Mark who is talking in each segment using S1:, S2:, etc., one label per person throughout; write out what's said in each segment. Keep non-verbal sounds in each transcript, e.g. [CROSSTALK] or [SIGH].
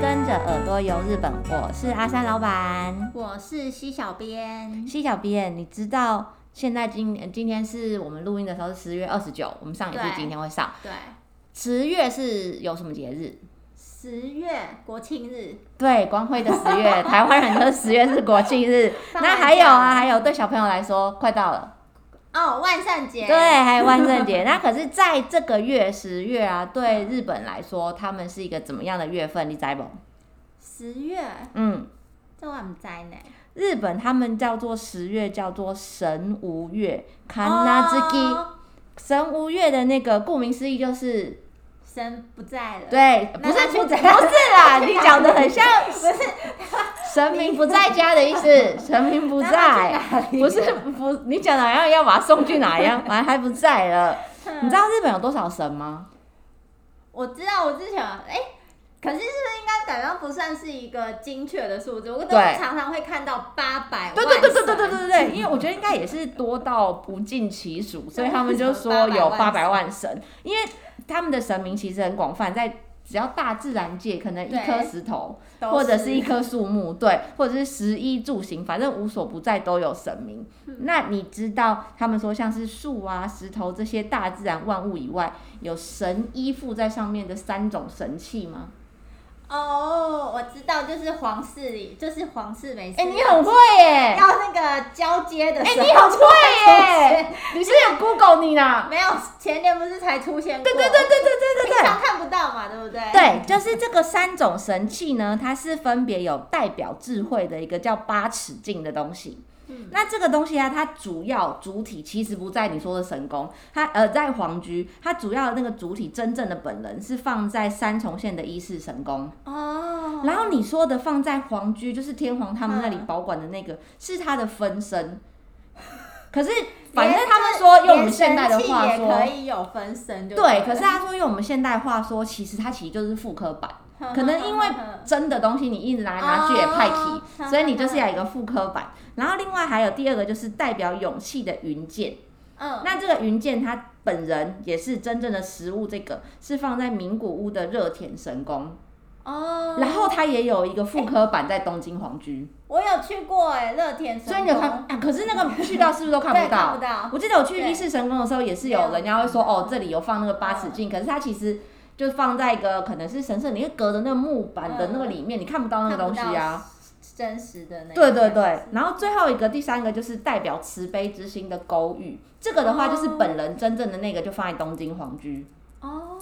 S1: 跟着耳朵游日本，我是阿三老板。
S2: 我是西小编，
S1: 西小编，你知道现在今呃今天是我们录音的时候是十月二十九，我们上也是
S2: 对
S1: 今天会上。
S2: 对，
S1: 十月是有什么节日？
S2: 十月国庆日，
S1: 对，光辉的十
S2: [LAUGHS]
S1: 月，台湾人的十月是国庆日。
S2: 放
S1: 那
S2: 完
S1: 还有啊，
S2: 假
S1: 还有对小朋友来说，快到了。
S2: 哦，万圣节，
S1: 对，还有万
S2: [LAUGHS]
S1: 圣节。那可是在这个月十月啊，对日本来说，他们是一个怎么样的月份？你知不？
S2: 十月
S1: 嗯，
S2: 这我唔知呢，
S1: 日本他们叫做十月叫做神无月 （Kanazuki）。
S2: 哦
S1: 神无月的那个，顾名思义就是
S2: 神不在了，，
S1: 对，
S2: 那
S1: 不是
S2: 他去
S1: 不在，不是啦，你讲的很像
S2: 不是
S1: 神明不在家的意思，神明不在，不是不，你讲的好像要把他送去哪一样，反正还不在了。你知道日本有多少神吗？
S2: 我知道，我之前有哎。可是是不是应该感到不算是一个精确的数字？我都
S1: 对
S2: 常常会看到八百万
S1: 对对对对对
S2: 神
S1: 对对对对，因为我觉得应该也是多到不尽其数，所以他们就说有八百万神，因为他们的神明其实很广泛，在只要大自然界，可能一颗
S2: 对
S1: 石头
S2: 都
S1: 或者是一棵树木，对，或者是食衣住行，反正无所不在都有神明。那你知道他们说像是树啊、石头这些大自然万物以外，有神依附在上面的三种神器吗？
S2: 哦，我知道，就是皇室里，就是皇室美食。
S1: 哎、你很会耶！
S2: 要那个交接的
S1: 哎、
S2: 时候
S1: 你好会
S2: 就会出现
S1: 耶！你是有 Google 你啦？
S2: 没有，前年不是才出现过？
S1: 对对对对对对对
S2: 平
S1: 对。
S2: 常看不到嘛，对不对？
S1: 对，就是这个三种神器呢，它是分别有代表智慧的一个叫八尺镜的东西。
S2: 嗯
S1: 那这个东西啊，它主要主体其实不在你说的神功，它呃在皇居，它主要的那个主体真正的本人是放在三重县的一世神宫。
S2: 哦，
S1: 然后你说的放在皇居，就是天皇他们那里
S2: 嗯
S1: 保管的那个，是他的分身。可是反正他们说用我们现代的话
S2: 连神器也可
S1: 说，
S2: 以有分身就
S1: 对，
S2: 了
S1: 可是他说用我们现代话说，其实它其实就是复刻
S2: [LAUGHS]
S1: 版。
S2: 哼
S1: 可能因为
S2: 哼哼
S1: 真的东西你一拿拿去也派题，
S2: [LAUGHS] 哦
S1: 所以你就是要一个复刻版。然后另外还有第二个就是代表勇气的云剑，
S2: 嗯，
S1: 那这个云剑它本人也是真正的实物，这个是放在名古屋的热田神宫，
S2: 哦，
S1: 然后它也有一个复刻版在东京皇居，
S2: 我有去过哎，乐天神
S1: 所以
S2: 宫，
S1: 你有看啊？可是那个去到是不是都看
S2: 对
S1: 不到
S2: 看不？到，
S1: 我记得我去伊势神宫的时候，也是有人家会说，
S2: 没有
S1: 哦，这里有放那个八尺镜，可是它其实就放在一个可能是神社，你会隔着那个木板的那个里面，你看不到那个东西啊。
S2: 真实的那个
S1: 对对对，然后最后一个第三个就是代表慈悲之心的勾玉，这个的话就是本人真正的那个就放在东京皇居，
S2: 哦，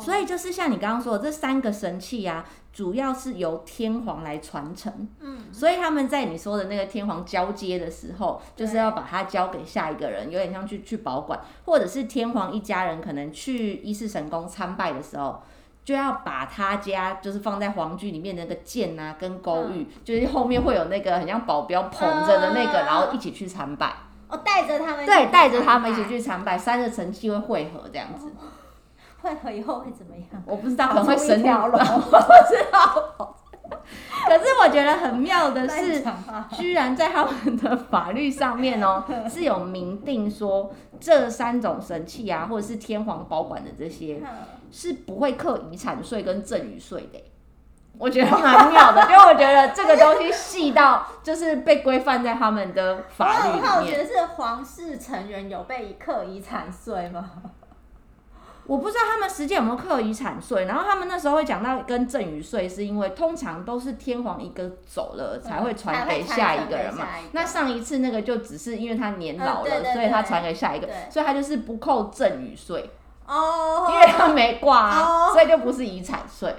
S1: 所以就是像你刚刚说的这三个神器呀、主要是由天皇来传承，
S2: 嗯，
S1: 所以他们在你说的那个天皇交接的时候，
S2: 对
S1: 就是要把它交给下一个人，有点像去去保管，或者是天皇一家人可能去伊势神宫参拜的时候。就要把他家就是放在皇居里面的那个剑啊，跟勾玉，就是后面会有那个很像保镖捧着的那个，
S2: 嗯
S1: 然后一起去参拜，
S2: 我哦带着他们
S1: 啊对，带着他们一起
S2: 去
S1: 去参拜，哦三个神器会汇合这样子。
S2: 啊参拜，会合以后会怎么样？
S1: 我不知道，可能会
S2: 出一
S1: 神
S2: 条龙，
S1: [LAUGHS] 可是我觉得很妙的 [LAUGHS] 是，
S2: 乱讲话
S1: 居然在他们的法律上面 [LAUGHS] 哦，是有明定说这三种神器啊，或者是天皇保管的这些，
S2: 嗯
S1: 是不会课遗产税跟赠与税的欸。我觉得蛮妙的，因为 [LAUGHS] 我觉得这个东西细到就是被规范在他们的法律
S2: 我很好
S1: 里面。
S2: 奇的是，皇室成员有被课遗产税吗？
S1: [LAUGHS] 我不知道他们实际有没有课遗产税，然后他们那时候会讲到跟赠与税，是因为通常都是天皇一个走了嗯才会传给下一个人嘛
S2: 才会传给下一。个
S1: 那上一次那个就只是因为他年老了，
S2: 嗯对对对
S1: 所以他传给下一个，
S2: 对
S1: 所以他就是不扣赠与税，
S2: 哦
S1: 因为他没挂啊，
S2: 哦
S1: 所以就不是遗产税。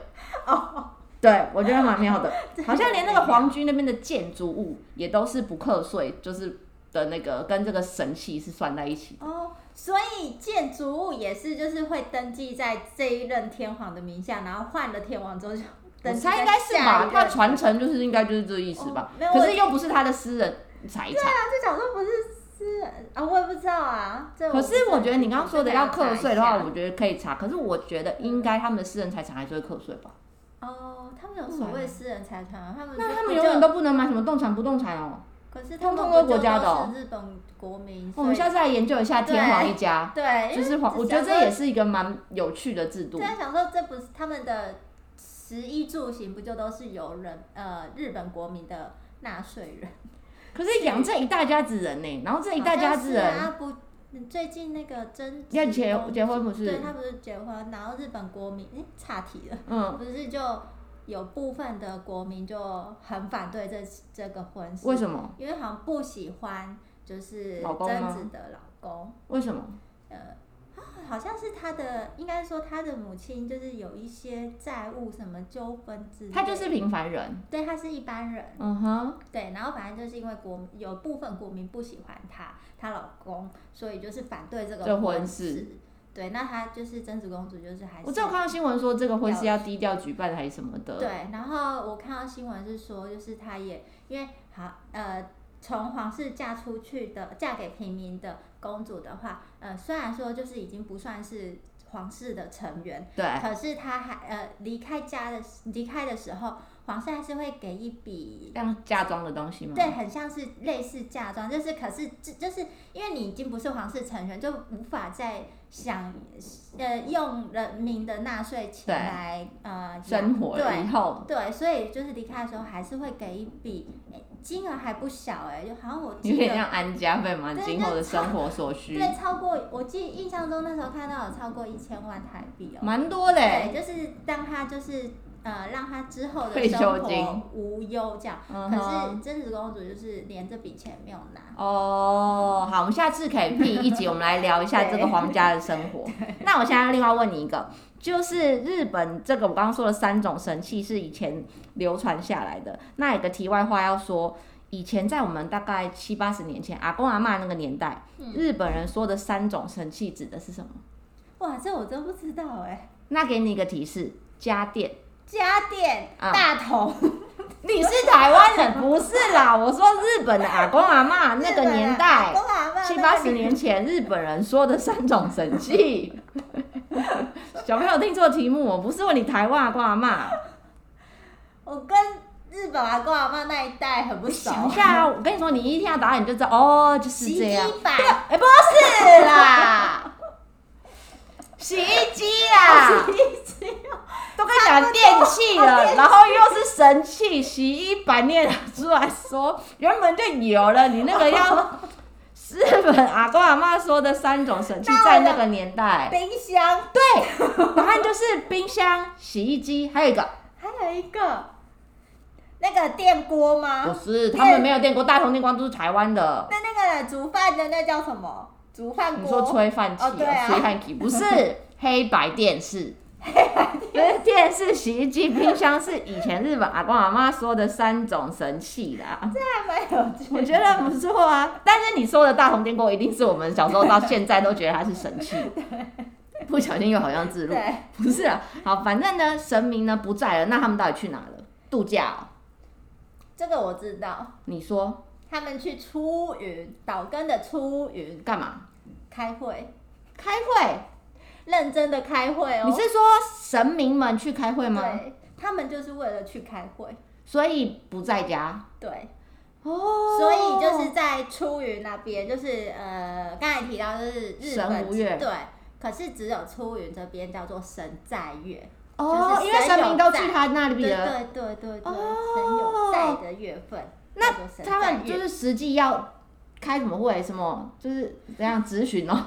S1: 对，我觉得蛮妙
S2: [LAUGHS]
S1: 的，好像连那个皇居那边的建筑物也都是不课税，就是的那个跟这个神器是算在一起的。
S2: 哦，所以建筑物也是就是会登记在这一任天皇的名下，然后换了天皇之后就
S1: 我
S2: 登记
S1: 猜
S2: 在
S1: 应该是
S2: 下
S1: 吧
S2: 一，
S1: 那
S2: 任。
S1: 传承就是应该就是这意思吧
S2: 哦没。有
S1: 可是又不是他的私人财产。
S2: 那啊就想说不是私人啊，我也不知道啊。这
S1: 可是我觉得你刚刚说的要课税的话，
S2: 这个要查一
S1: 我觉得可以查。可是我觉得应该他们的私人财产还是会课税吧？
S2: 下哦，他们有所谓私人财产啊，他们
S1: 嗯那
S2: 就
S1: 他
S2: 不
S1: 们
S2: 就
S1: 永远都不能买什么动产、不动产哦。
S2: 可是他
S1: 通
S2: 们
S1: 通
S2: 不
S1: 都
S2: 就
S1: 国家的哦
S2: 都是日本国民，
S1: 我们
S2: 所以
S1: 下
S2: 哎
S1: 次来研究一下天皇一家，
S2: 对，
S1: 就是
S2: 因为
S1: 皇，我觉得
S2: 想
S1: 这也
S2: 说
S1: 是一个蛮有趣的制度
S2: 突。然想说，这不是他们的食衣住行不就都是有人呃日本国民的纳税人？
S1: 可是养这一大家子人呢、然后这一大家子
S2: 好像是
S1: 人，
S2: 啊，不，嗯最近那个真
S1: 要结结婚不是
S2: 对他不是结婚，然后日本国民，哎，岔题了，
S1: 嗯，
S2: 不是就有部分的国民就很反对这这个婚事，
S1: 为什么？
S2: 因为好像不喜欢就是
S1: 老公吗
S2: 贞子的老公，
S1: 为什么？
S2: 呃，啊好像是他的，应该说他的母亲就是有一些债务什么纠纷之类的，
S1: 他就是平凡人，
S2: 对，他是一般人，
S1: 嗯哼，
S2: 对，然后反正就是因为国有部分国民不喜欢她，她老公，所以就是反对这个
S1: 这婚
S2: 事。
S1: 事
S2: 对，那她就是贞子公主，就是还是
S1: 我只有看到新闻说这个婚是要低调举办还是什么的，
S2: 对。然后我看到新闻是说，就是她也因为好呃，从皇室嫁出去的，嫁给平民的公主的话，呃，虽然说就是已经不算是皇室的成员，
S1: 对，
S2: 可是她还呃离开家的离开的时候，皇室还是会给一笔
S1: 像嫁妆的东西吗？
S2: 对，很像是类似嫁妆，就是可是这就是因为你已经不是皇室成员，就无法再想呃用人民的纳税钱
S1: 对
S2: 来呃养
S1: 生活以后，
S2: 对对，所以就是离开的时候还是会给一笔诶金额还不小哎、就好像我
S1: 有
S2: 记
S1: 点
S2: 得。
S1: 像安家费嘛，
S2: 对
S1: 今后的生活所需，
S2: 对，超过我记印象中那时候看到有超过一千万台币哦、
S1: 蛮多的欸，
S2: 对，就是让他就是呃让他之后的
S1: 退休
S2: 生
S1: 金
S2: 活无忧这样。
S1: 嗯
S2: 可
S1: 哼。
S2: 是贞子公主就是连这笔钱没有拿，
S1: 哦，好，我们下次可 [LAUGHS] 以 P 一集，我们来聊一下这个皇家的生活。那我现在另外问你一个，就是日本这个我刚刚说的三种神器是以前流传下来的。那有个题外话要说，以前在我们大概七八十年前，阿公阿妈那个年代，日本人说的三种神器指的是什么？
S2: 哇，这我真不知道哎、
S1: 那给你一个提示，家电。
S2: 家电、
S1: 啊
S2: 大桶，
S1: 你是台湾人，不是啦？我说日本的阿公阿妈那
S2: 啊
S1: 个年代。
S2: 都阿嬷
S1: 七
S2: 那
S1: 八
S2: 个
S1: 十年前日本人说的三种神
S2: [LAUGHS]
S1: 器。小朋友听错题目，我不是问你台湾挂
S2: [LAUGHS]
S1: 嘛？
S2: 我跟日本阿公阿妈那一代很不熟。
S1: 想一下啊，我跟你说，你一听到答案你就知道，哦，就是
S2: 洗
S1: 这
S2: 衣
S1: 样。
S2: 板
S1: 对，哎、不是啦，洗衣机啦，
S2: [LAUGHS] 洗衣机哦，
S1: [LAUGHS] 都跟你讲电器
S2: 哦
S1: 了，
S2: 电
S1: 然后又是神器，洗衣板你也拿出来说，原本就有了，你那个
S2: 哦
S1: 要。日本阿公阿妈说的三种神器
S2: 那，我
S1: 在
S2: 的
S1: 那个年代，
S2: [LAUGHS] 冰箱，
S1: 对，答案就是冰箱、洗衣机，还有一个
S2: 还有一个那个电锅
S1: 不
S2: 吗？
S1: 是，他们没有电锅，大同电锅都是台湾的。
S2: 那那个煮饭的那叫什么？煮饭
S1: 你说
S2: 锅。
S1: 炊饭器
S2: 哦对啊
S1: 炊饭器 [LAUGHS] 不是黑白电视。黑白电视、洗衣机、冰箱是以前日本阿公阿妈说的三种神器啦，
S2: 这还蛮有趣的。
S1: 我觉得不错啊。但是你说的大同电锅一定是我们小时候到现在都觉得它是神器，不小心又好像自入，
S2: 对，
S1: 不是啊。好，反正呢，神明呢不在了，那他们到底去哪了？度假、哦？
S2: 这个我知道。
S1: 你说
S2: 他们去出云，岛根的出云
S1: 干嘛？
S2: 开会，
S1: 开会？
S2: 认真的开会哦。
S1: 你是说神明们去开会吗？
S2: 对，他们就是为了去开会。
S1: 所以不在家
S2: 对，
S1: 哦
S2: 所以就是在出云那边，就是呃，刚才提到就是日
S1: 神
S2: 本
S1: 无月
S2: 对，可是只有出云这边叫做神在月，
S1: 哦，
S2: 就是
S1: 因为神明都去他那
S2: 对
S1: 里啊了，
S2: 对对对对，
S1: 哦
S2: 神有在的月份，
S1: 那
S2: 叫做神在
S1: 他们
S2: 月
S1: 就是实际要开什么会，什么就是怎样咨询哦。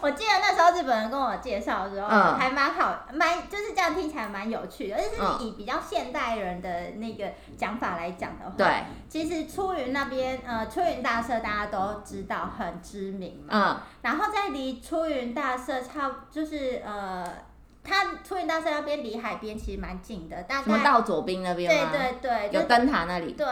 S2: 我记得那时候日本人跟我介绍的时候，
S1: 嗯
S2: 还蛮好，蛮就是这样听起来蛮有趣的，而且
S1: 嗯
S2: 是以比较现代人的那个讲法来讲的话，
S1: [LAUGHS] 对，
S2: 其实出云那边呃，出云大社大家都知道很知名嘛。
S1: 嗯，
S2: 然后在离出云大社差不就是呃，它出云大社那边离海边其实蛮近的，大
S1: 什么
S2: 概
S1: 到左边那
S2: 对
S1: 边吗？
S2: 对对，
S1: 有
S2: 就
S1: 灯塔那里。
S2: 对。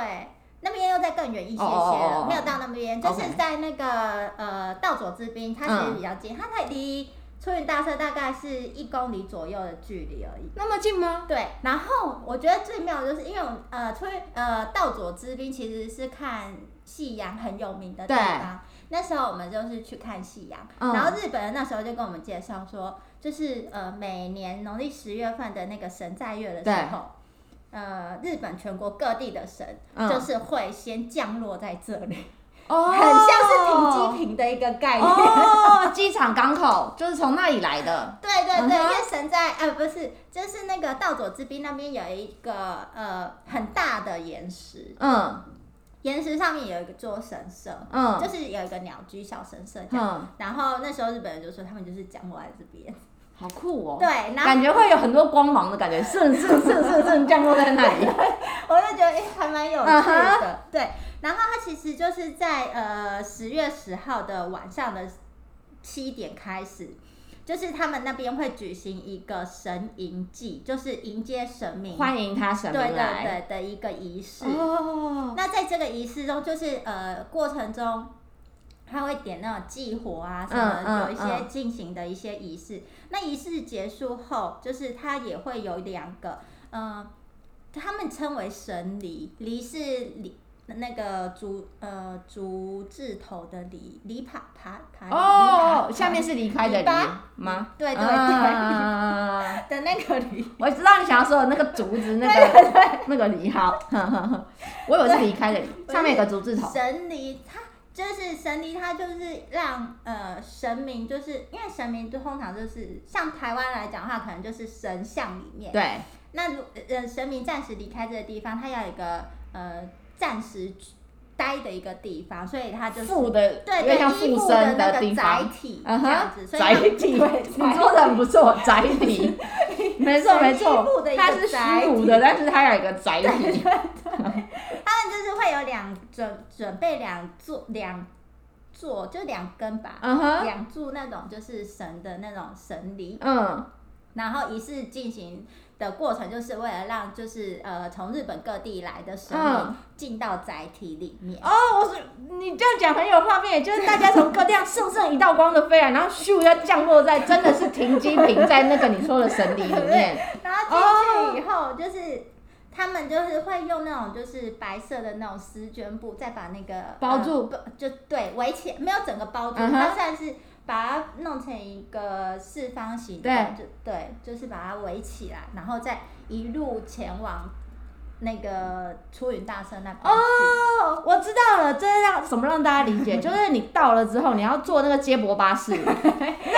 S2: 那边又再更远一些些了，
S1: 哦哦哦哦
S2: 没有到那边，就是
S1: OK 嗯
S2: 在那个呃道佐之滨，它其实比较近，它才离出云大社大概是一公里左右的距离而已。
S1: 那么近吗？
S2: 对，然后我觉得最妙的就是因为我呃，出呃道佐之滨其实是看夕阳很有名的地方。那时候我们就是去看夕阳，
S1: 嗯
S2: 然后日本人那时候就跟我们介绍说，就是呃每年农历十月份的那个神在月的时候，呃日本全国各地的神、
S1: 嗯
S2: 就是会先降落在这里，
S1: 哦，
S2: 很像是停机坪的一个概念。
S1: 哦，机场港口就是从那里来的。
S2: [LAUGHS] 对对对对，
S1: 嗯哼
S2: 因为神在呃不是，就是那个道佐之滨那边有一个呃很大的岩石，
S1: 嗯
S2: 岩石上面有一个座神社，
S1: [LAUGHS] 嗯
S2: 就是有一个鸟居小神社这样。
S1: 嗯，
S2: 然后那时候日本人就说他们就是降落在这边，
S1: 好酷哦，
S2: 对，然后
S1: 感觉会有很多光芒的感觉，顺顺顺顺顺降落在那
S2: [LAUGHS]
S1: 里。
S2: 我就觉得、诶还蛮有趣
S1: 嗯
S2: 的。对，然后它其实就是在呃十月十号的晚上的七点开始，就是他们那边会举行一个神迎祭，就是迎接神明，
S1: 欢迎他神
S2: 对
S1: 明
S2: 对
S1: 来。
S2: 对的一个仪式。
S1: 哦，
S2: 那在这个仪式中，就是呃过程中。他会点那种祭火啊，什
S1: 嗯嗯
S2: 么有一些
S1: 嗯
S2: 进行的一些仪式。那仪式结束后，就是他也会有两个，呃，他们称为神梨，梨是梨那个竹呃竹字头的梨，梨爬爬爬梨
S1: 哦
S2: 爬，
S1: 下面是离开的
S2: 篱
S1: 离
S2: 笆
S1: 吗？
S2: 对对
S1: 对。
S2: 对的那个梨，
S1: [LAUGHS] 我知道你想要说的那个竹子，
S2: [LAUGHS]
S1: 那个那个梨好， [LAUGHS] 我有是离开的梨，上面有个竹字头。
S2: 神离它就是神离，它就是让呃神明，就是因为神明就通常就是像台湾来讲的话，可能就是神像里面。
S1: 对，
S2: 那如呃神明暂时离开这个地方，他要有一个呃暂时待的一个地方，所以他就是。
S1: 附的
S2: 对
S1: 有点
S2: 对，
S1: 像
S2: 依
S1: 附
S2: 附
S1: 身
S2: 那
S1: 地
S2: 个载
S1: 方。
S2: 体这
S1: 嗯
S2: 样
S1: 哼
S2: 子，，所以
S1: 宅
S2: 它
S1: 体，你
S2: [LAUGHS] 对
S1: 说的很不错，宅
S2: [LAUGHS]
S1: 体，没错没
S2: 神
S1: 错
S2: 依附的，一个
S1: 它是虚无的，但是它有一个宅体，
S2: 他们就是会有两准准备两座两座，就两根吧，
S1: 嗯哼，
S2: 两柱那种就是神的那种神梨，
S1: 嗯，
S2: 然后仪式进行的过程，就是为了让就是呃从日本各地来的神明
S1: 嗯
S2: 进到载体里
S1: [LAUGHS]
S2: 面。
S1: 哦，我是你这样讲很有画面，就是大家从各地上圣圣一道光的飞来，啊然后咻要降落在，真的是停机坪在那个你说的神里里 [LAUGHS] 面，
S2: 然后进去以后，就是、他们就是会用那种就是白色的那种丝绢布，再把那个
S1: 包住
S2: 呃不就对围起来，没有整个包住，
S1: 嗯哼
S2: 它算是把它弄成一个四方形的
S1: 对，
S2: 就对，就是把它围起来，然后再一路前往那个出云大社那边去。
S1: 哦，我知道了，这让怎么让大家理解？就是你到了之后，你要坐那个接驳巴士， [LAUGHS] 那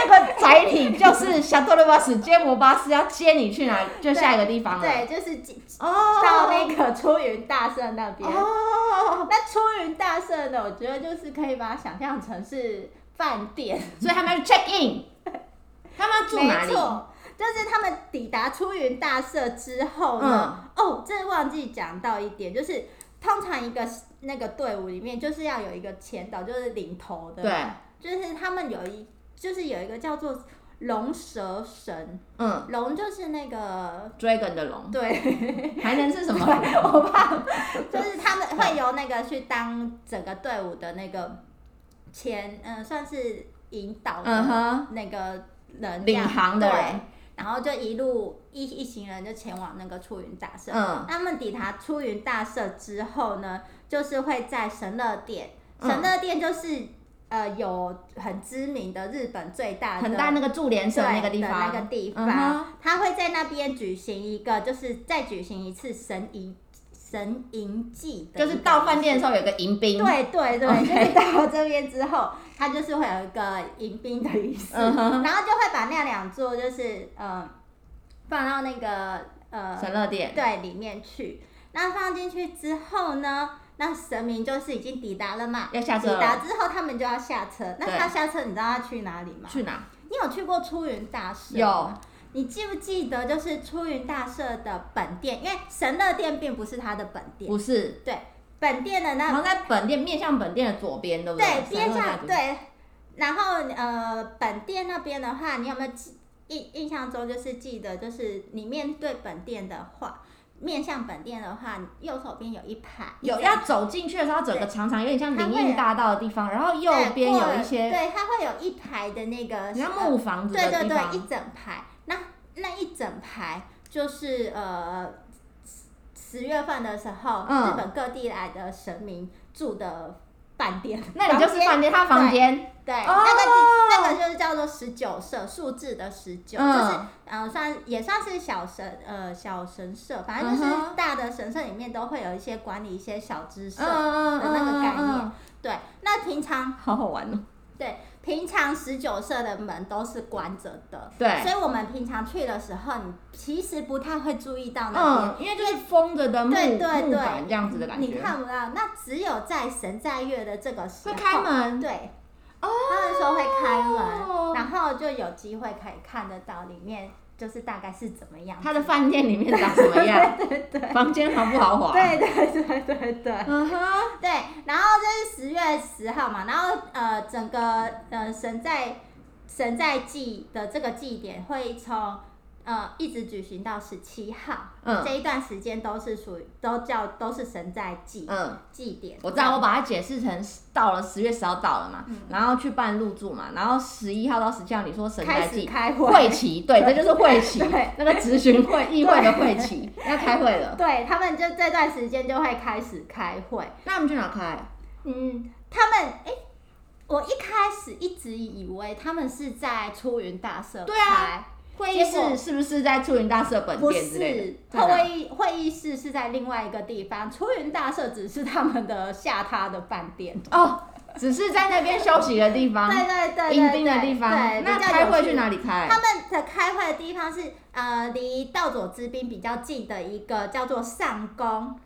S1: 个载体就是小多的巴士，接驳巴士要接你去哪，就下一个地方了。
S2: 对，就是进
S1: 哦，
S2: 到那个出云大社那边。
S1: 哦，
S2: 那出云大社呢，我觉得就是可以把它想象成是饭店，
S1: 所以他们要 check in，他们要住哪
S2: 没
S1: 里？
S2: 错，就是他们抵达出云大社之后呢，
S1: 嗯
S2: 哦，这忘记讲到一点，就是通常一个那个队伍里面，就是要有一个前导，就是领头的，
S1: 对，，
S2: 就是他们有一，就是有一个叫做龙蛇神，
S1: 嗯
S2: 龙就是那个
S1: ，dragon 的龙
S2: 对。
S1: 还能是什么？
S2: 我怕，就是他们会由那个去当整个队伍的那个前，嗯、算是引导
S1: 嗯
S2: 的
S1: 哼，
S2: 那个人这
S1: 领
S2: 样，
S1: 航的人
S2: 对，然后就一路一一行人就前往那个出云大社。
S1: 嗯
S2: 他们抵达出云大社之后呢，就是会在神乐殿，
S1: 嗯
S2: 神乐殿就是。呃，有很知名的日本最大的
S1: 很大那个驻联社
S2: 对
S1: 那个地
S2: 的
S1: 方，
S2: 那个地
S1: 嗯
S2: 方
S1: 哼，
S2: 他会在那边举行一个，就是再举行一次神迎神迎祭的一
S1: 就
S2: 个，
S1: 是到饭店的时候有个迎宾，
S2: 对对对
S1: OK
S2: 就是到这边之后，他就是会有一个迎宾的仪式
S1: 嗯哼
S2: 然后就会把那两座就是呃放到那个呃
S1: 神乐殿，
S2: 对里面去。那放进去之后呢，那神明就是已经抵达了嘛，
S1: 要下车
S2: 抵达
S1: 了，
S2: 之后他们就要下车。那
S1: 对
S2: 他下车，你知道他去哪里吗？
S1: 去哪？
S2: 你有去过出云大社？
S1: 有。
S2: 你记不记得，就是出云大社的本店，因为神乐殿并不是它的本店，
S1: 不是，
S2: 对，本店的
S1: 然
S2: 那
S1: 后在本店面向本店的左边，对不
S2: 对边
S1: 边
S2: 上，对，然后呃，本店那边的话，你有没有记印印象中就是记得，就是你面对本店的话，面向本店的话，右手边有一排
S1: 有
S2: 一张
S1: 要走进去的时候，整个长长有点像
S2: 它
S1: 林
S2: 会有
S1: 荫大道的地方，然后右
S2: 对
S1: 边
S2: 过
S1: 有
S2: 了
S1: 一些
S2: 对，它会有一排的那个
S1: 你像
S2: 呃
S1: 木房子
S2: 对
S1: 的地
S2: 对对，一
S1: 方，
S2: 整排。那那一整排就是呃十十月份的时候，
S1: 嗯
S2: 日本各地来的神明住的饭店。
S1: 那你就是饭店，他房间，
S2: 对，
S1: 哦
S2: 那个地那个就是叫做十九社，数字的十九、就是
S1: 嗯，
S2: 呃算也算是小神呃小神社，反正就
S1: 嗯
S2: 是
S1: 哼
S2: 大的神社里面都会有一些管理一些小支
S1: 嗯
S2: 社。
S1: 嗯嗯
S2: 的那个概念
S1: 嗯嗯，
S2: 对，那平常
S1: 好好玩哦，
S2: 对，平常十九社的门都是关着的，
S1: 对
S2: 所以我们平常去的时候，你其实不太会注意到那
S1: 嗯，
S2: 边。
S1: 因为就是封着的木
S2: 对对对
S1: 木板这样子的感
S2: 你
S1: 觉，
S2: 看不到，那只有在神在月的这个时
S1: 会
S2: 候，
S1: 开门，
S2: 对，
S1: 哦
S2: 他们说会开门，
S1: 哦
S2: 然后就有机会可以看得到里面就是大概是怎么样。
S1: 他的饭店里面长什么
S2: [LAUGHS]
S1: 样？房间豪不豪华？
S2: 对对对对对
S1: 嗯哼，
S2: 对，然后这是十月十号嘛，然后呃，整个呃神在神在祭的这个祭典会从呃一直举行到十七号，
S1: 嗯
S2: 这一段时间都是属于都叫都是神在祭、
S1: 嗯，
S2: 祭典。
S1: 我知道，我把它解释成到了十月十号到了嘛，
S2: 嗯
S1: 然后去办入住嘛，然后十一号到十七号，你说神
S2: 开
S1: 在
S2: 始
S1: 祭
S2: 开会。 [LAUGHS]
S1: 会期，对，这就是会期
S2: 对，
S1: 那个咨询会议会的会期要开会了，
S2: 对他们就这段时间就会开始开会，
S1: 那我们去哪开？
S2: 嗯，他们哎、诶我一开始一直以为他们是在出云大社
S1: 对啊
S2: 开，
S1: 会议
S2: 结果
S1: 室是不是在出云大社本
S2: 不
S1: 店之类
S2: 是
S1: 的？，啊在
S2: 他
S1: 哪
S2: 会议会议室是在另外一个地方，出云大社只是他们的下榻的饭店。
S1: 哦，只是在那边休息的地方
S2: [LAUGHS] 对，对对对
S1: 迎宾的地方。
S2: 对，
S1: 那
S2: 比较
S1: 开
S2: 有
S1: 会
S2: 趣
S1: 去哪里开？
S2: 他们的开会的地方是呃，离道佐之滨比较近的一个叫做上宫，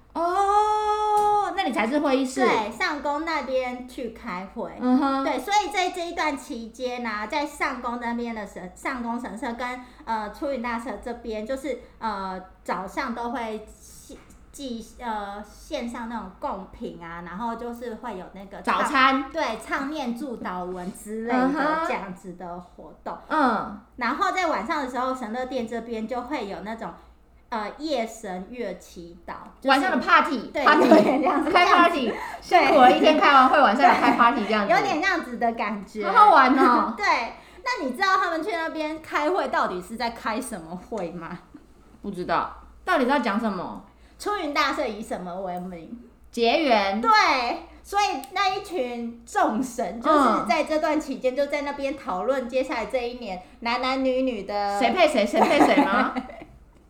S1: 哦，那里才是会议室。
S2: 对，上宫那边去开会。
S1: 嗯哼，
S2: 对，所以在这一段期间呢、啊在上宫那边的神上宫神社跟呃出云大社这边，就是呃早上都会献祭呃献上那种贡品啊，然后就是会有那个
S1: 早
S2: 唱
S1: 餐。
S2: 对唱念祝祷文之类
S1: 嗯
S2: 的
S1: 哼
S2: 这样子的活动，
S1: 嗯，
S2: 然后在晚上的时候，神乐殿这边就会有那种呃夜神乐祈祷，就是
S1: 晚上的 party，
S2: 对
S1: party
S2: 有点这样子
S1: 开
S2: 这样
S1: party，辛苦了一天开完会，晚上来开 party 这样子，
S2: 有点那样子的感觉，
S1: 嗯好好玩哦。
S2: [LAUGHS] 对，那你知道他们去那边开会到底是在开什么会吗？
S1: 不知道到底在讲什么？
S2: 出云大社以什么为名？
S1: 结缘，
S2: 对，所以那一群众神就是
S1: 嗯
S2: 在这段期间就在那边讨论接下来这一年男男女女的
S1: 谁配谁，谁配谁吗？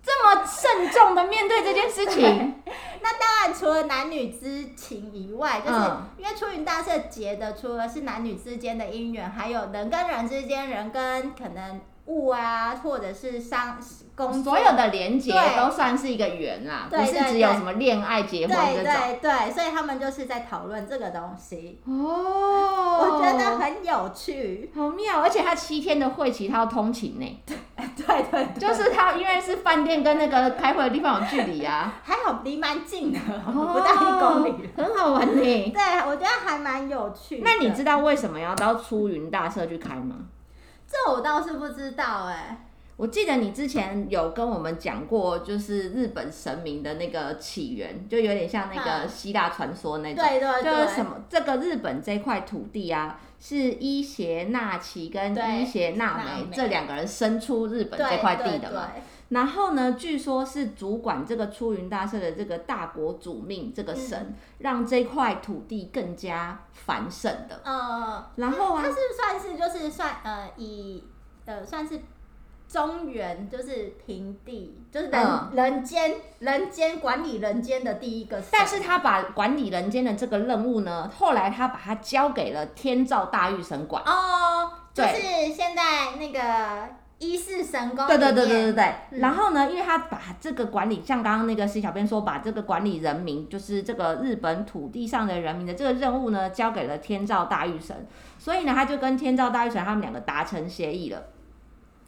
S1: 这么慎重的面对这件事情，
S2: 那当然，除了男女之情以外，就是
S1: 嗯
S2: 因为出云大社结的，除了是男女之间的姻缘，还有人跟人之间，人跟可能物啊，或者是商工作啊
S1: 所有的连结
S2: 对
S1: 都算是一个缘啦，
S2: 对
S1: 不是
S2: 对
S1: 只有
S2: 对
S1: 什么恋爱、结婚
S2: 对
S1: 这种。
S2: 对对，所以他们就是在讨论这个东西，
S1: 哦，
S2: 我觉得很有趣。 [LAUGHS]
S1: 好妙，而且他七天的会期，他要通勤呢，
S2: 对对对，
S1: 就是他因为是饭店跟那个开会的地方有距离啊，
S2: 还好离蛮近的， [LAUGHS] 不到一公里。
S1: 哦，很好玩
S2: [LAUGHS]
S1: 呢。
S2: 对，我觉得还蛮有趣的。
S1: 那你知道为什么要到出云大社去开吗？
S2: 这我倒是不知道哎、
S1: 我记得你之前有跟我们讲过，就是日本神明的那个起源，就有点像那个
S2: 嗯
S1: 希腊传说那种。
S2: 对对
S1: 就是什
S2: 对，
S1: 么？这个日本这块土地啊，是伊邪那岐跟
S2: 对
S1: 伊邪那
S2: 那
S1: 美
S2: 美
S1: 这两个人生出日本这
S2: 对
S1: 块地
S2: 对
S1: 的
S2: 对
S1: 嘛。然后呢，据说是主管这个出云大社的这个大国主命这个神，让这块土地更加繁盛的。
S2: 呃，
S1: 然后啊
S2: 它，是算是就是算呃以呃算是中原就是平地，就是人、
S1: 嗯
S2: 人间人间管理人间的第一个神，
S1: 但是他把管理人间的这个任务呢，后来他把它交给了天照大御神管。
S2: 哦，就
S1: 对
S2: 是现在那个一世神功
S1: 对对
S2: 里
S1: 对
S2: 面
S1: 对对对。
S2: 哦嗯
S1: 然后呢，因为他把这个管理，像刚刚那个石小编说，把这个管理人民，就是这个日本土地上的人民的这个任务呢，交给了天照大御神。所以呢，他就跟天照大御神他们两个达成协议了。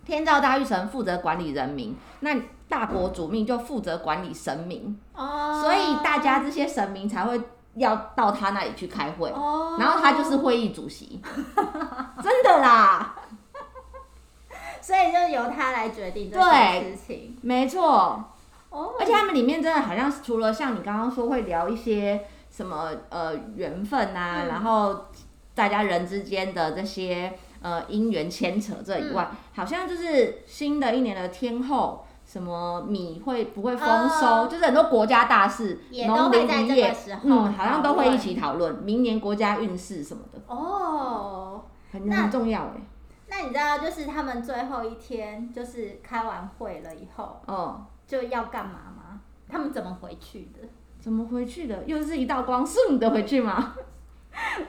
S1: 天照大御神负责管理人民，那大国主命就负责管理神明，
S2: 哦，
S1: 所以大家这些神明才会要到他那里去开会。
S2: 哦，
S1: 然后他就是会议主席， [LAUGHS] 真的啦，
S2: 所以就由他来决定这
S1: 对
S2: 件事情。
S1: 没错。
S2: 哦，
S1: 而且他们里面真的好像是除了像你刚刚说会聊一些什么呃缘分啊，
S2: 嗯
S1: 然后大家人之间的这些呃姻缘牵扯这以
S2: 嗯
S1: 外，好像就是新的一年的天后。什么米会不会丰收？
S2: 哦
S1: 就是很多国家大事，
S2: 也
S1: 农
S2: 都会
S1: 林
S2: 在
S1: 渔
S2: 这
S1: 业
S2: 个时候
S1: 嗯，好像都
S2: 讨
S1: 会
S2: 论
S1: 一起讨论明年国家运势什么的，
S2: 哦。
S1: 很
S2: 那
S1: 很重要哎、
S2: 那你知道，就是他们最后一天，就是开完会了以后，
S1: 哦，
S2: 就要干嘛吗？他们怎么回去的？
S1: 怎么回去的？又是一道光，顺的回去吗？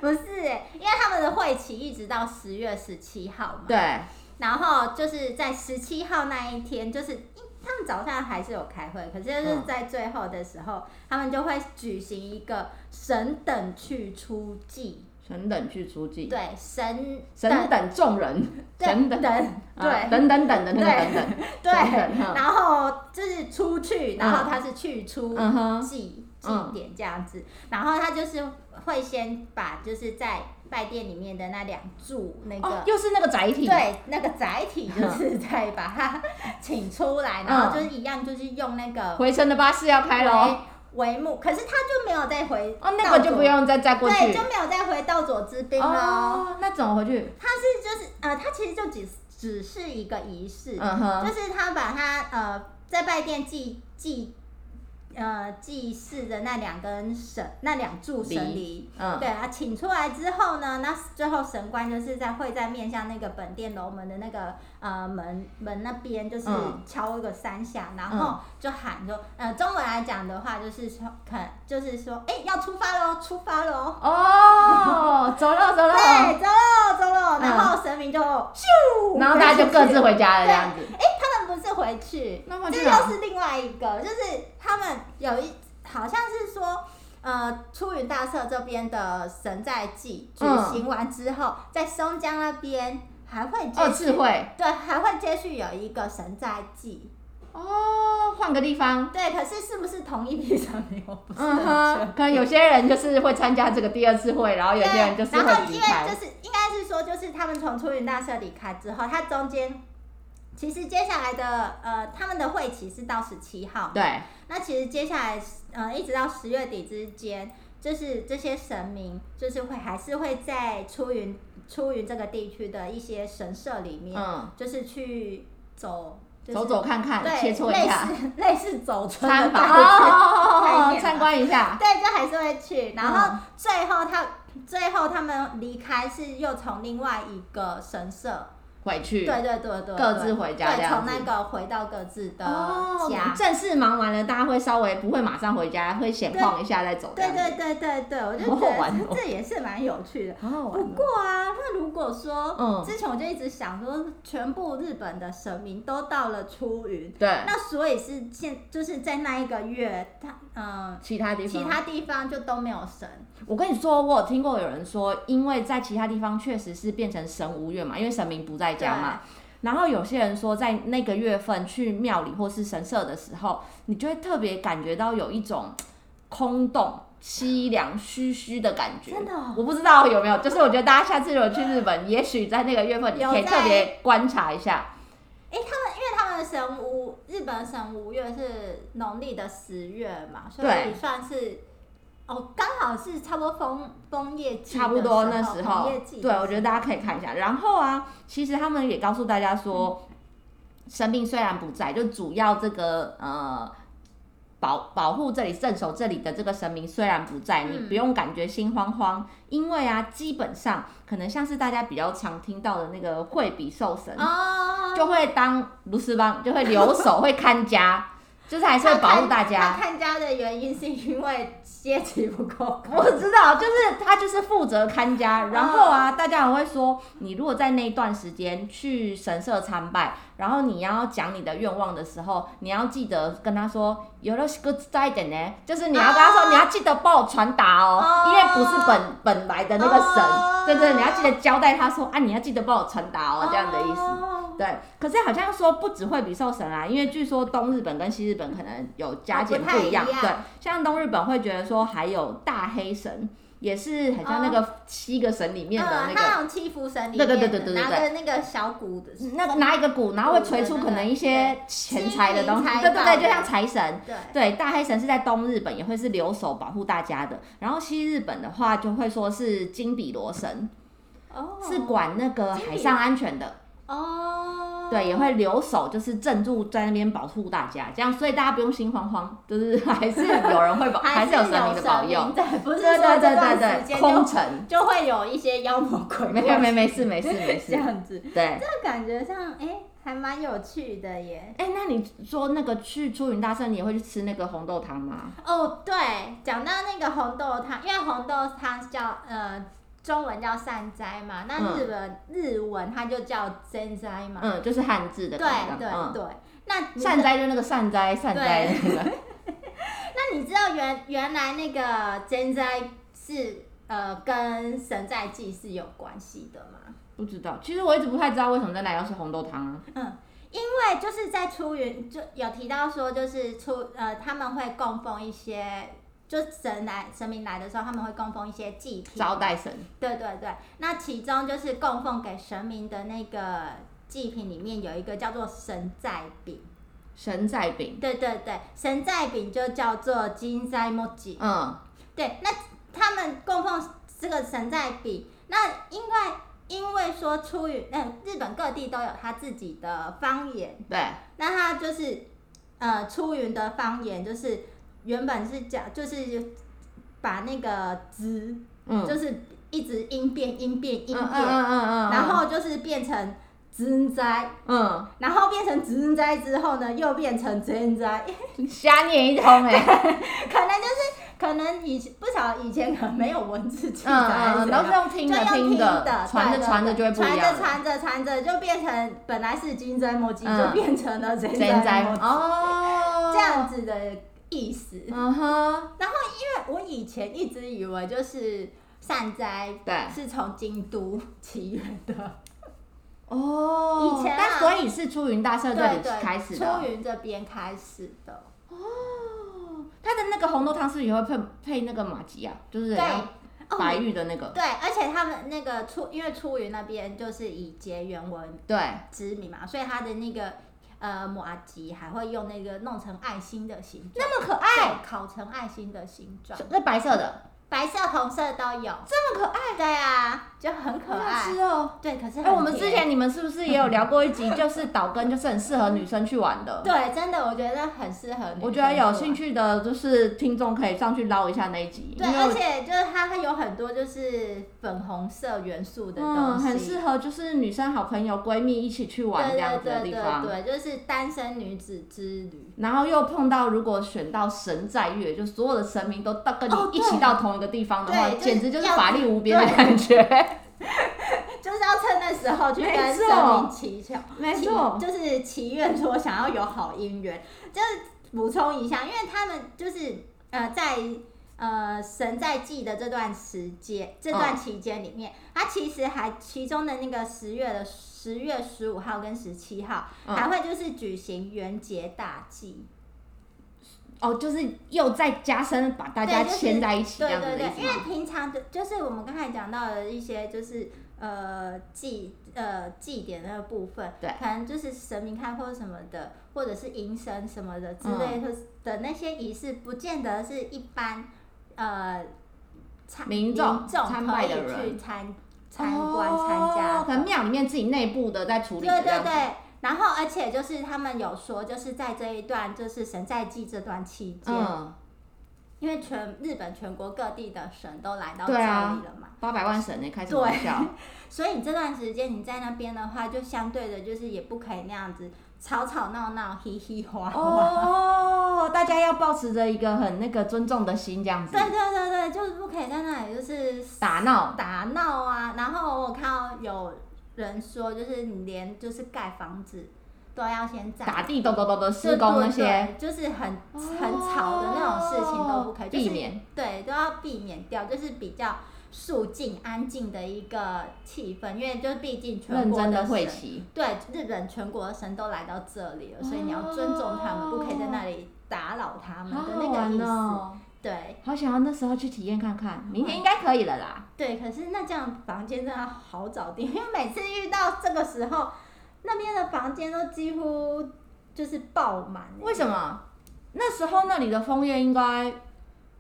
S2: 不是欸、因为他们的会期一直到十月十七号嘛，
S1: 对，
S2: 然后就是在十七号那一天，就是因他们早上还是有开会，可是就是
S1: 嗯
S2: 在最后的时候，他们就会举行一个神等去出祭，
S1: 神等去出祭，
S2: 对，神
S1: 神等众人，
S2: 对
S1: 神等
S2: 等，
S1: 啊
S2: 对
S1: 等嗯等等的那个
S2: 对
S1: 等等，
S2: 对，
S1: 神等哈
S2: 然后就是出去，
S1: 嗯
S2: 然后他是去出
S1: 嗯哼，
S2: 祭祭
S1: 嗯
S2: 典这样子，然后他就是会先把就是在拜殿里面的那两柱那个
S1: 哦，又是那个载体，
S2: 对，那个载体就是在把它请
S1: [LAUGHS]
S2: 出来，然后就是一样，就是用那个
S1: 嗯回程的巴士要开喽，
S2: 帷帷幕，可是他就没有再回
S1: 哦，那个就不用再载过
S2: 对，
S1: 去
S2: 就，没有再回到佐之滨喽。
S1: 哦，那怎么回去？
S2: 他是就是呃，他其实就只只是一个仪式，
S1: 嗯
S2: 就
S1: 哼，
S2: 是他把他呃在拜殿祭祭呃祭祀的那两根绳，那两柱
S1: 梨
S2: 神梨。
S1: 嗯，
S2: 对啊，请出来之后呢，那最后神官就是在会在面向那个本殿楼门的那个呃门门那边，就是
S1: 嗯
S2: 敲一个三下，然后就喊说，呃，中文来讲的话就是说，可就是说，哎、要出发喽，出发喽，
S1: 哦， [LAUGHS] 走了走了，
S2: 对，走喽走喽，
S1: 嗯
S2: 然后神明就咻，
S1: 然后大家就各自
S2: 回去，
S1: 回家了这样子，
S2: 他们不是回去，
S1: 那么
S2: 这
S1: 去
S2: 又
S1: 哪？
S2: 是另外一个，就是他们有一好像是说，呃，出云大社这边的神在祭举
S1: 嗯
S2: 行完之后，在松江那边还会
S1: 哦，
S2: 接续、
S1: 智慧，
S2: 对，还会接续有一个神在祭。
S1: 哦，换个地
S2: [LAUGHS]
S1: 方。
S2: 对，可是是不是同一批神明，我不是很
S1: 嗯
S2: 确
S1: 哼，可能有些人就是会参加这个第二次会，然后有些人就是
S2: 对然
S1: 会
S2: 后
S1: 离
S2: 因
S1: 开
S2: 为就。是应该是说，就是他们从出云大社离开之后，他中间其实接下来的呃，他们的会期是到十七号嘛
S1: 对，
S2: 那其实接下来，呃，一直到十月底之间，就是这些神明，就是会还是会在出云出云这个地区的一些神社里面，
S1: 嗯，
S2: 就是去走，就是、
S1: 走走看看，切
S2: 对，
S1: 磋一
S2: 类
S1: 下，
S2: 似类似走村的
S1: 参访
S2: 感觉，
S1: 哦， [LAUGHS]
S2: 概念嘛
S1: 参观一下。
S2: 对，就还是会去。然后
S1: 嗯
S2: 最后他、最后他们离开是又从另外一个神社，
S1: 回
S2: 对
S1: 去，
S2: 对对对对，
S1: 各自回家这
S2: 对，
S1: 样
S2: 从
S1: 子
S2: 那个回到各自的
S1: 哦
S2: 家。，
S1: 正式忙完了，大家会稍微不会马上回家，会闲晃一下再走。
S2: 对，对对对对，我就
S1: 好
S2: 觉
S1: 好玩哦
S2: 得这也是蛮有趣的。
S1: 好好玩
S2: 不
S1: 哦。
S2: 过啊，那如果说，
S1: 嗯
S2: 之前我就一直想说，全部日本的神明都到了出云，
S1: 对，
S2: 那所以是现就是在那一个月，他嗯、
S1: 其他地
S2: 其
S1: 方，
S2: 他地方就都没有神，
S1: 我跟你说，我有听过有人说，因为在其他地方确实是变成神无月嘛，因为神明不在家嘛。然后有些人说，在那个月份去庙里或是神社的时候，你就会特别感觉到有一种空洞、凄凉、虚虚的感觉。
S2: 真的哦
S1: 我不知道有没有，就是我觉得大家下次如果去日本，也许在那个月份，你
S2: 有
S1: 可以特
S2: 在
S1: 别观察一下。
S2: 因为他们的神无日本神无月是农历的十月嘛，所
S1: 对
S2: 以算是哦，刚好是差不多枫枫叶季的时候，
S1: 差不多那时候
S2: 枫叶，季的
S1: 对，我
S2: 时
S1: 觉得
S2: 候
S1: 大家可以看一下。然后啊，其实他们也告诉大家
S2: 嗯
S1: 说，生病虽然不在，就主要这个呃。保保护这里镇守这里的这个神明虽然不在，你
S2: 嗯
S1: 不用感觉心慌慌，因为啊，基本上可能像是大家比较常听到的那个惠比寿神，
S2: 哦，
S1: 就会当卢斯邦，就会留守，会看家，就是 [LAUGHS] 还是会保护大家。
S2: 他看家的原因是因为阶级不够高，
S1: 我知道，就是他就是负责看家，然后啊，
S2: 嗯
S1: 大家也会说，你如果在那一段时间去神社参拜，然后你要讲你的愿望的时候，你要记得跟他说有了个在点呢，就是你要跟他说、
S2: 哦
S1: 你要记得帮我传达哦，
S2: 哦
S1: 因为不是本本来的那个神，
S2: 哦
S1: 对对，你要记得交代他说啊，你要记得帮我传达哦，这样的意思。
S2: 思。
S1: 对，可是好像说不只会比寿神啦，因为据说东日本跟西日本可能有加减
S2: 哦不太
S1: 一样。
S2: 一样
S1: 对，像东日本会觉得说还有大黑神，也是很像那个七个神里面的那个，
S2: 嗯，他好像七福神里
S1: 对
S2: 面
S1: 对对
S2: 的
S1: 对对对
S2: 拿着那个小鼓的，
S1: 那个拿一个鼓，然后会锤出可能一些钱财的东西，
S2: 金银财
S1: 对对对，
S2: 宝
S1: 就像财神。
S2: 对，
S1: 对，大黑神是在东日本，也会是留守保护大家的。然后西日本的话，就会说是金比罗神，
S2: 哦
S1: 是管那个
S2: 金比
S1: 海上安全的。
S2: 哦，
S1: 对，也会留守，就是镇住在那边保护大家，这样，所以大家不用心慌慌，就是 [LAUGHS] 还是有人会保，还
S2: 还
S1: 是有神明的保佑。
S2: 对，不是
S1: 对
S2: 说
S1: 对
S2: 这
S1: 对
S2: 段
S1: 对
S2: 时
S1: 对，
S2: 间
S1: 空
S2: 就
S1: 城，
S2: 就会有一些妖魔鬼
S1: 没
S2: 怪，
S1: 没没没事没事没
S2: [LAUGHS] 这
S1: 事，
S2: 样子，
S1: 对
S2: 这个感觉像哎，还蛮有趣的耶。
S1: 哎、那你说那个去出云大社，你也会去吃那个红豆汤吗？
S2: 哦，对，讲到那个红豆汤，因为红豆汤叫呃中文叫善哉嘛，那
S1: 嗯
S2: 日本、日文它就叫真哉嘛。
S1: 嗯，就是汉字的
S2: 对
S1: 感
S2: 对
S1: 觉。
S2: 对，
S1: 嗯，
S2: 那
S1: [LAUGHS]
S2: 你
S1: 善哉就那个善哉，善哉那个。 [LAUGHS]
S2: 那你知道原原来那个真哉是呃跟神在祭是有关系的吗？
S1: 不知道，其实我一直不太知道为什么在奶油是红豆汤啊。
S2: 因为就是在出云就有提到说，就是出呃他们会供奉一些，就神来神明来的时候，他们会供奉一些祭品，
S1: 招待神，
S2: 对对对，那其中就是供奉给神明的那个祭品里面有一个叫做神在饼，
S1: 神在饼，
S2: 对对对，神在饼就叫做金在莫吉。
S1: 嗯，
S2: 对，那他们供奉这个神在饼，那因为因为说出于呃日本各地都有他自己的方言，
S1: 对，
S2: 那他就是呃出云的方言，就是原本是讲就是把那个直、
S1: 嗯，
S2: 就是一直音变音变音变。
S1: 嗯嗯嗯嗯嗯，
S2: 然后就是变成真灾，
S1: 嗯，
S2: 然后变成真灾之后呢，又变成真灾，
S1: 嗯瞎念一通
S2: [LAUGHS]
S1: 哎，
S2: 可能就是可能以前不少以前可能没有文字记载
S1: 嗯
S2: 还
S1: 嗯，
S2: 是怎
S1: 都
S2: 样，
S1: 是用听
S2: 就
S1: 的
S2: 用听
S1: 的，传
S2: 对
S1: 着
S2: 对
S1: 传着就
S2: 对
S1: 会不一
S2: 传着
S1: 样了。
S2: 传着传着就变成本来是金针魔鸡，
S1: 嗯
S2: 就变成了真
S1: 真
S2: 灾
S1: 在
S2: 魔姬
S1: 哦，
S2: 这，样子的意思。因为
S1: 嗯哼，
S2: 我以前一直以为就是善哉
S1: 对，
S2: 是从京都起源的，
S1: 哦，
S2: 以前啊
S1: 但所以是出云大社这
S2: 对
S1: 里
S2: 对，
S1: 开始
S2: 出
S1: 的。
S2: 云这边开始的。
S1: 哦，它的那个红豆汤是不是也会配配那个马吉啊？就是
S2: 对，
S1: 像
S2: 哦
S1: 白玉的那个，
S2: 对，而且他们那个出，因为出云那边就是以结缘为
S1: 对，
S2: 知名嘛，所以他的那个呃马吉还会用那个弄成爱心的形状，
S1: 那么可爱，
S2: 对，烤成爱心的形状，
S1: 那白色的，
S2: 白色、红色都有，
S1: 这么可爱，
S2: 对啊，就很可
S1: 好想
S2: 爱。
S1: 吃哦。
S2: 对，可是
S1: 哎、
S2: 很
S1: 我们之
S2: 甜 [LAUGHS]
S1: 前你们是不是也有聊过一集，就是岛根就是很适合女生去玩的？
S2: 对，真的我觉得很适合女
S1: 我觉得有兴
S2: 趣。
S1: 趣的就是听众可以上去捞一下那一集，
S2: 对，
S1: 因为
S2: 而
S1: 我
S2: 且就是它会有很多就是粉红色元素的
S1: 嗯，
S2: 东西，
S1: 很适合就是女生好朋友闺蜜一起去玩这样子的地方。
S2: 对对对对，就是单身女子之旅。
S1: 然后又碰到，如果选到神在月，就所有的神明都到跟你
S2: 哦
S1: 一
S2: 对
S1: 起到同一个地方的话，
S2: 对就是
S1: 简直就是
S2: 要
S1: 法力无边的感觉。
S2: 就是要趁那时候去
S1: 没
S2: 跟
S1: 错
S2: 神明祈求，
S1: [LAUGHS] 没
S2: 祈
S1: 错，
S2: 就是祈愿说想要有好姻缘。就是补充一下，因为他们就是呃在呃神在祭的这段时
S1: 嗯
S2: 间这段期间里面，他其实还其中的那个十月的十月十五号跟十七号、
S1: 嗯
S2: 还会就是举行元节大祭，
S1: 哦，就是又再加深把大家
S2: 对就是
S1: 牵在一起这
S2: 对
S1: 样子
S2: 对
S1: 的意
S2: 对，
S1: 思
S2: 因为
S1: 吗？
S2: 平常的，就是我们刚才讲到的一些，就是呃祭呃祭典那个部分，
S1: 对
S2: 可能就是神明看或者什么的，或者是迎神什么的之类
S1: 嗯
S2: 的、的那些仪式，不见得是一般呃参
S1: 民众参
S2: 可
S1: 拜
S2: 以
S1: 的
S2: 去
S1: 人
S2: 参参观、参
S1: 哦
S2: 加
S1: 可
S2: 的，
S1: 能庙里面自己内部的在处理
S2: 对
S1: 的这
S2: 对
S1: 样子。
S2: 对。然后，而且就是他们有说，就是在这一段，就是神在祭这段期间，
S1: 嗯，
S2: 因为全日本全国各地的神都来到这
S1: 对
S2: 里
S1: 啊
S2: 了嘛，
S1: 八百万神呢、开什
S2: 对
S1: 么玩笑？
S2: 所以你这段时间你在那边的话，就相对的，就是也不可以那样子吵吵闹闹、嘻嘻哈哈。
S1: 哦，大家要保持着一个很那个尊重的心，这样子
S2: 对对对对，就是不可以在那里就是
S1: 打闹。
S2: 打闹啊。然后我有看到有人说，就是你连就是盖房子都要先站
S1: 打地、抖抖抖抖、
S2: 就
S1: 施工那
S2: 对
S1: 些，
S2: 对就是很很吵的那种事情都不可以，
S1: 哦
S2: 就是
S1: 避免。
S2: 对，都要避免掉，就是比较肃静、安静的一个气氛，因为就是毕竟全
S1: 认
S2: 国
S1: 真的会
S2: 神
S1: 齐。
S2: 对，日本全国的神都来到这里了，所以你要尊重他们，
S1: 哦
S2: 不可以在那里打扰他们
S1: 好
S2: 的
S1: 好
S2: 那个
S1: 玩
S2: 意思。
S1: 哦！
S2: 对
S1: 好想要那时候去体验看看，明年应该可以了啦。
S2: 对，可是那这样房间真的好找订，因为每次遇到这个时候，那边的房间都几乎就是爆满。
S1: 为什么？那时候那里的枫叶应该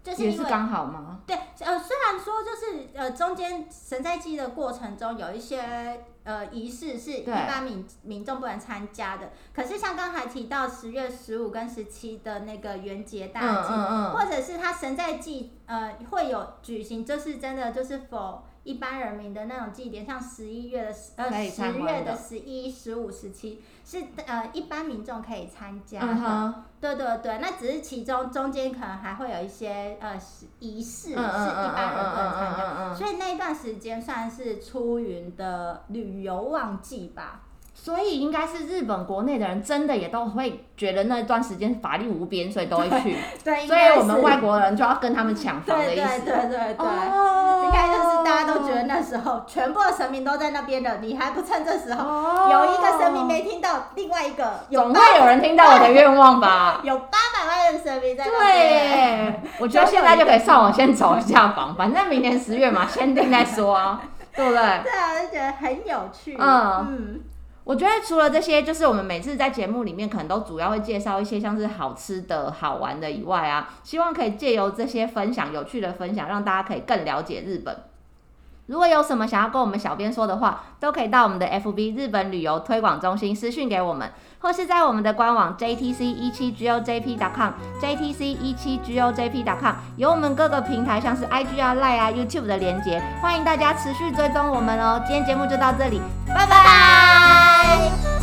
S2: 就是
S1: 也
S2: 因
S1: 是
S2: 为
S1: 刚好吗？
S2: 对，呃，虽然说就是呃，中间神在祭的过程中有一些呃仪式是一
S1: 对
S2: 般民民众不能参加的，可是像刚才提到十月十五跟十七的那个元节大
S1: 嗯
S2: 祭，
S1: 嗯嗯，
S2: 或者是他神在祭呃会有举行，就是真的就是否一般人民的那种祭典，像十一月的十
S1: 可
S2: 呃
S1: 以
S2: 十
S1: 参观
S2: 月
S1: 的
S2: 的十一、十五、十七是呃一般民众可以参加的。
S1: 嗯哼，
S2: 对对对，那只是其中中间可能还会有一些呃仪式是一
S1: 嗯嗯嗯嗯
S2: 般人不能参
S1: 嗯嗯嗯
S2: 加的。
S1: 嗯嗯
S2: 所以那一段时间算是出云的旅游旺季吧。
S1: 所以应该是日本国内的人真的也都会觉得那段时间法力无边，所以都会去。[LAUGHS]
S2: 对
S1: 所以我们外国人就要跟他们抢房的
S2: 对
S1: 意
S2: 对
S1: 思。
S2: 对对对。
S1: 哦
S2: 应该就是大家都觉得那时候全部的神明都在那边了，你还不趁这时候、
S1: 哦
S2: 有一个神明没听到，另外一个有
S1: 总
S2: 八
S1: 会有人听到我的愿望
S2: [LAUGHS]
S1: 吧？
S2: 有八百万的神明在那边，
S1: 对，我觉得现在就可以上网先找一下房，反正明年十月嘛，先定再说啊，对不对？
S2: 对啊，就觉得很有趣。
S1: 嗯
S2: 嗯
S1: 我觉得除了这些，就是我们每次在节目里面可能都主要会介绍一些像是好吃的好玩的以外啊，希望可以借由这些分享有趣的分享，让大家可以更了解日本。如果有什么想要跟我们小编说的话，都可以到我们的 FB 日本旅游推广中心私讯给我们，或是在我们的官网 JTC 一七 GOJP.com JTC 一七 GOJP.com 有我们各个平台像是 IG 啊、Line 啊、YouTube 的连接，欢迎大家持续追踪我们哦。今天节目就到这里，拜拜